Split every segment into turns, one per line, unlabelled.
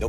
No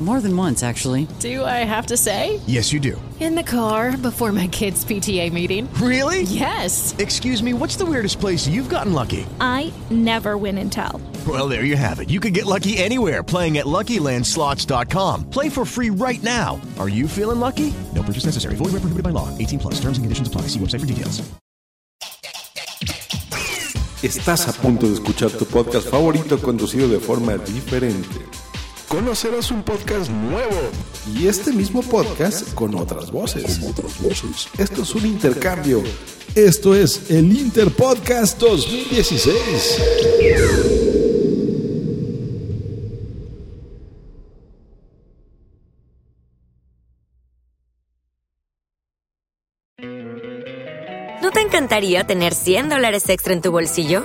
More than once, actually.
Do I have to say?
Yes, you do.
In the car before my kids' PTA meeting.
Really?
Yes.
Excuse me, what's the weirdest place you've gotten lucky?
I never win and tell.
Well, there you have it. You can get lucky anywhere playing at LuckyLandSlots.com. Play for free right now. Are you feeling lucky? No purchase necessary. Void where prohibited by law. 18 plus. Terms and conditions apply. See website for details.
Estás a punto de escuchar tu podcast favorito conducido de forma diferente. Conocerás un podcast nuevo y este mismo podcast con otras voces. Esto es un intercambio. Esto es el Interpodcast 2016.
¿No te encantaría tener 100 dólares extra en tu bolsillo?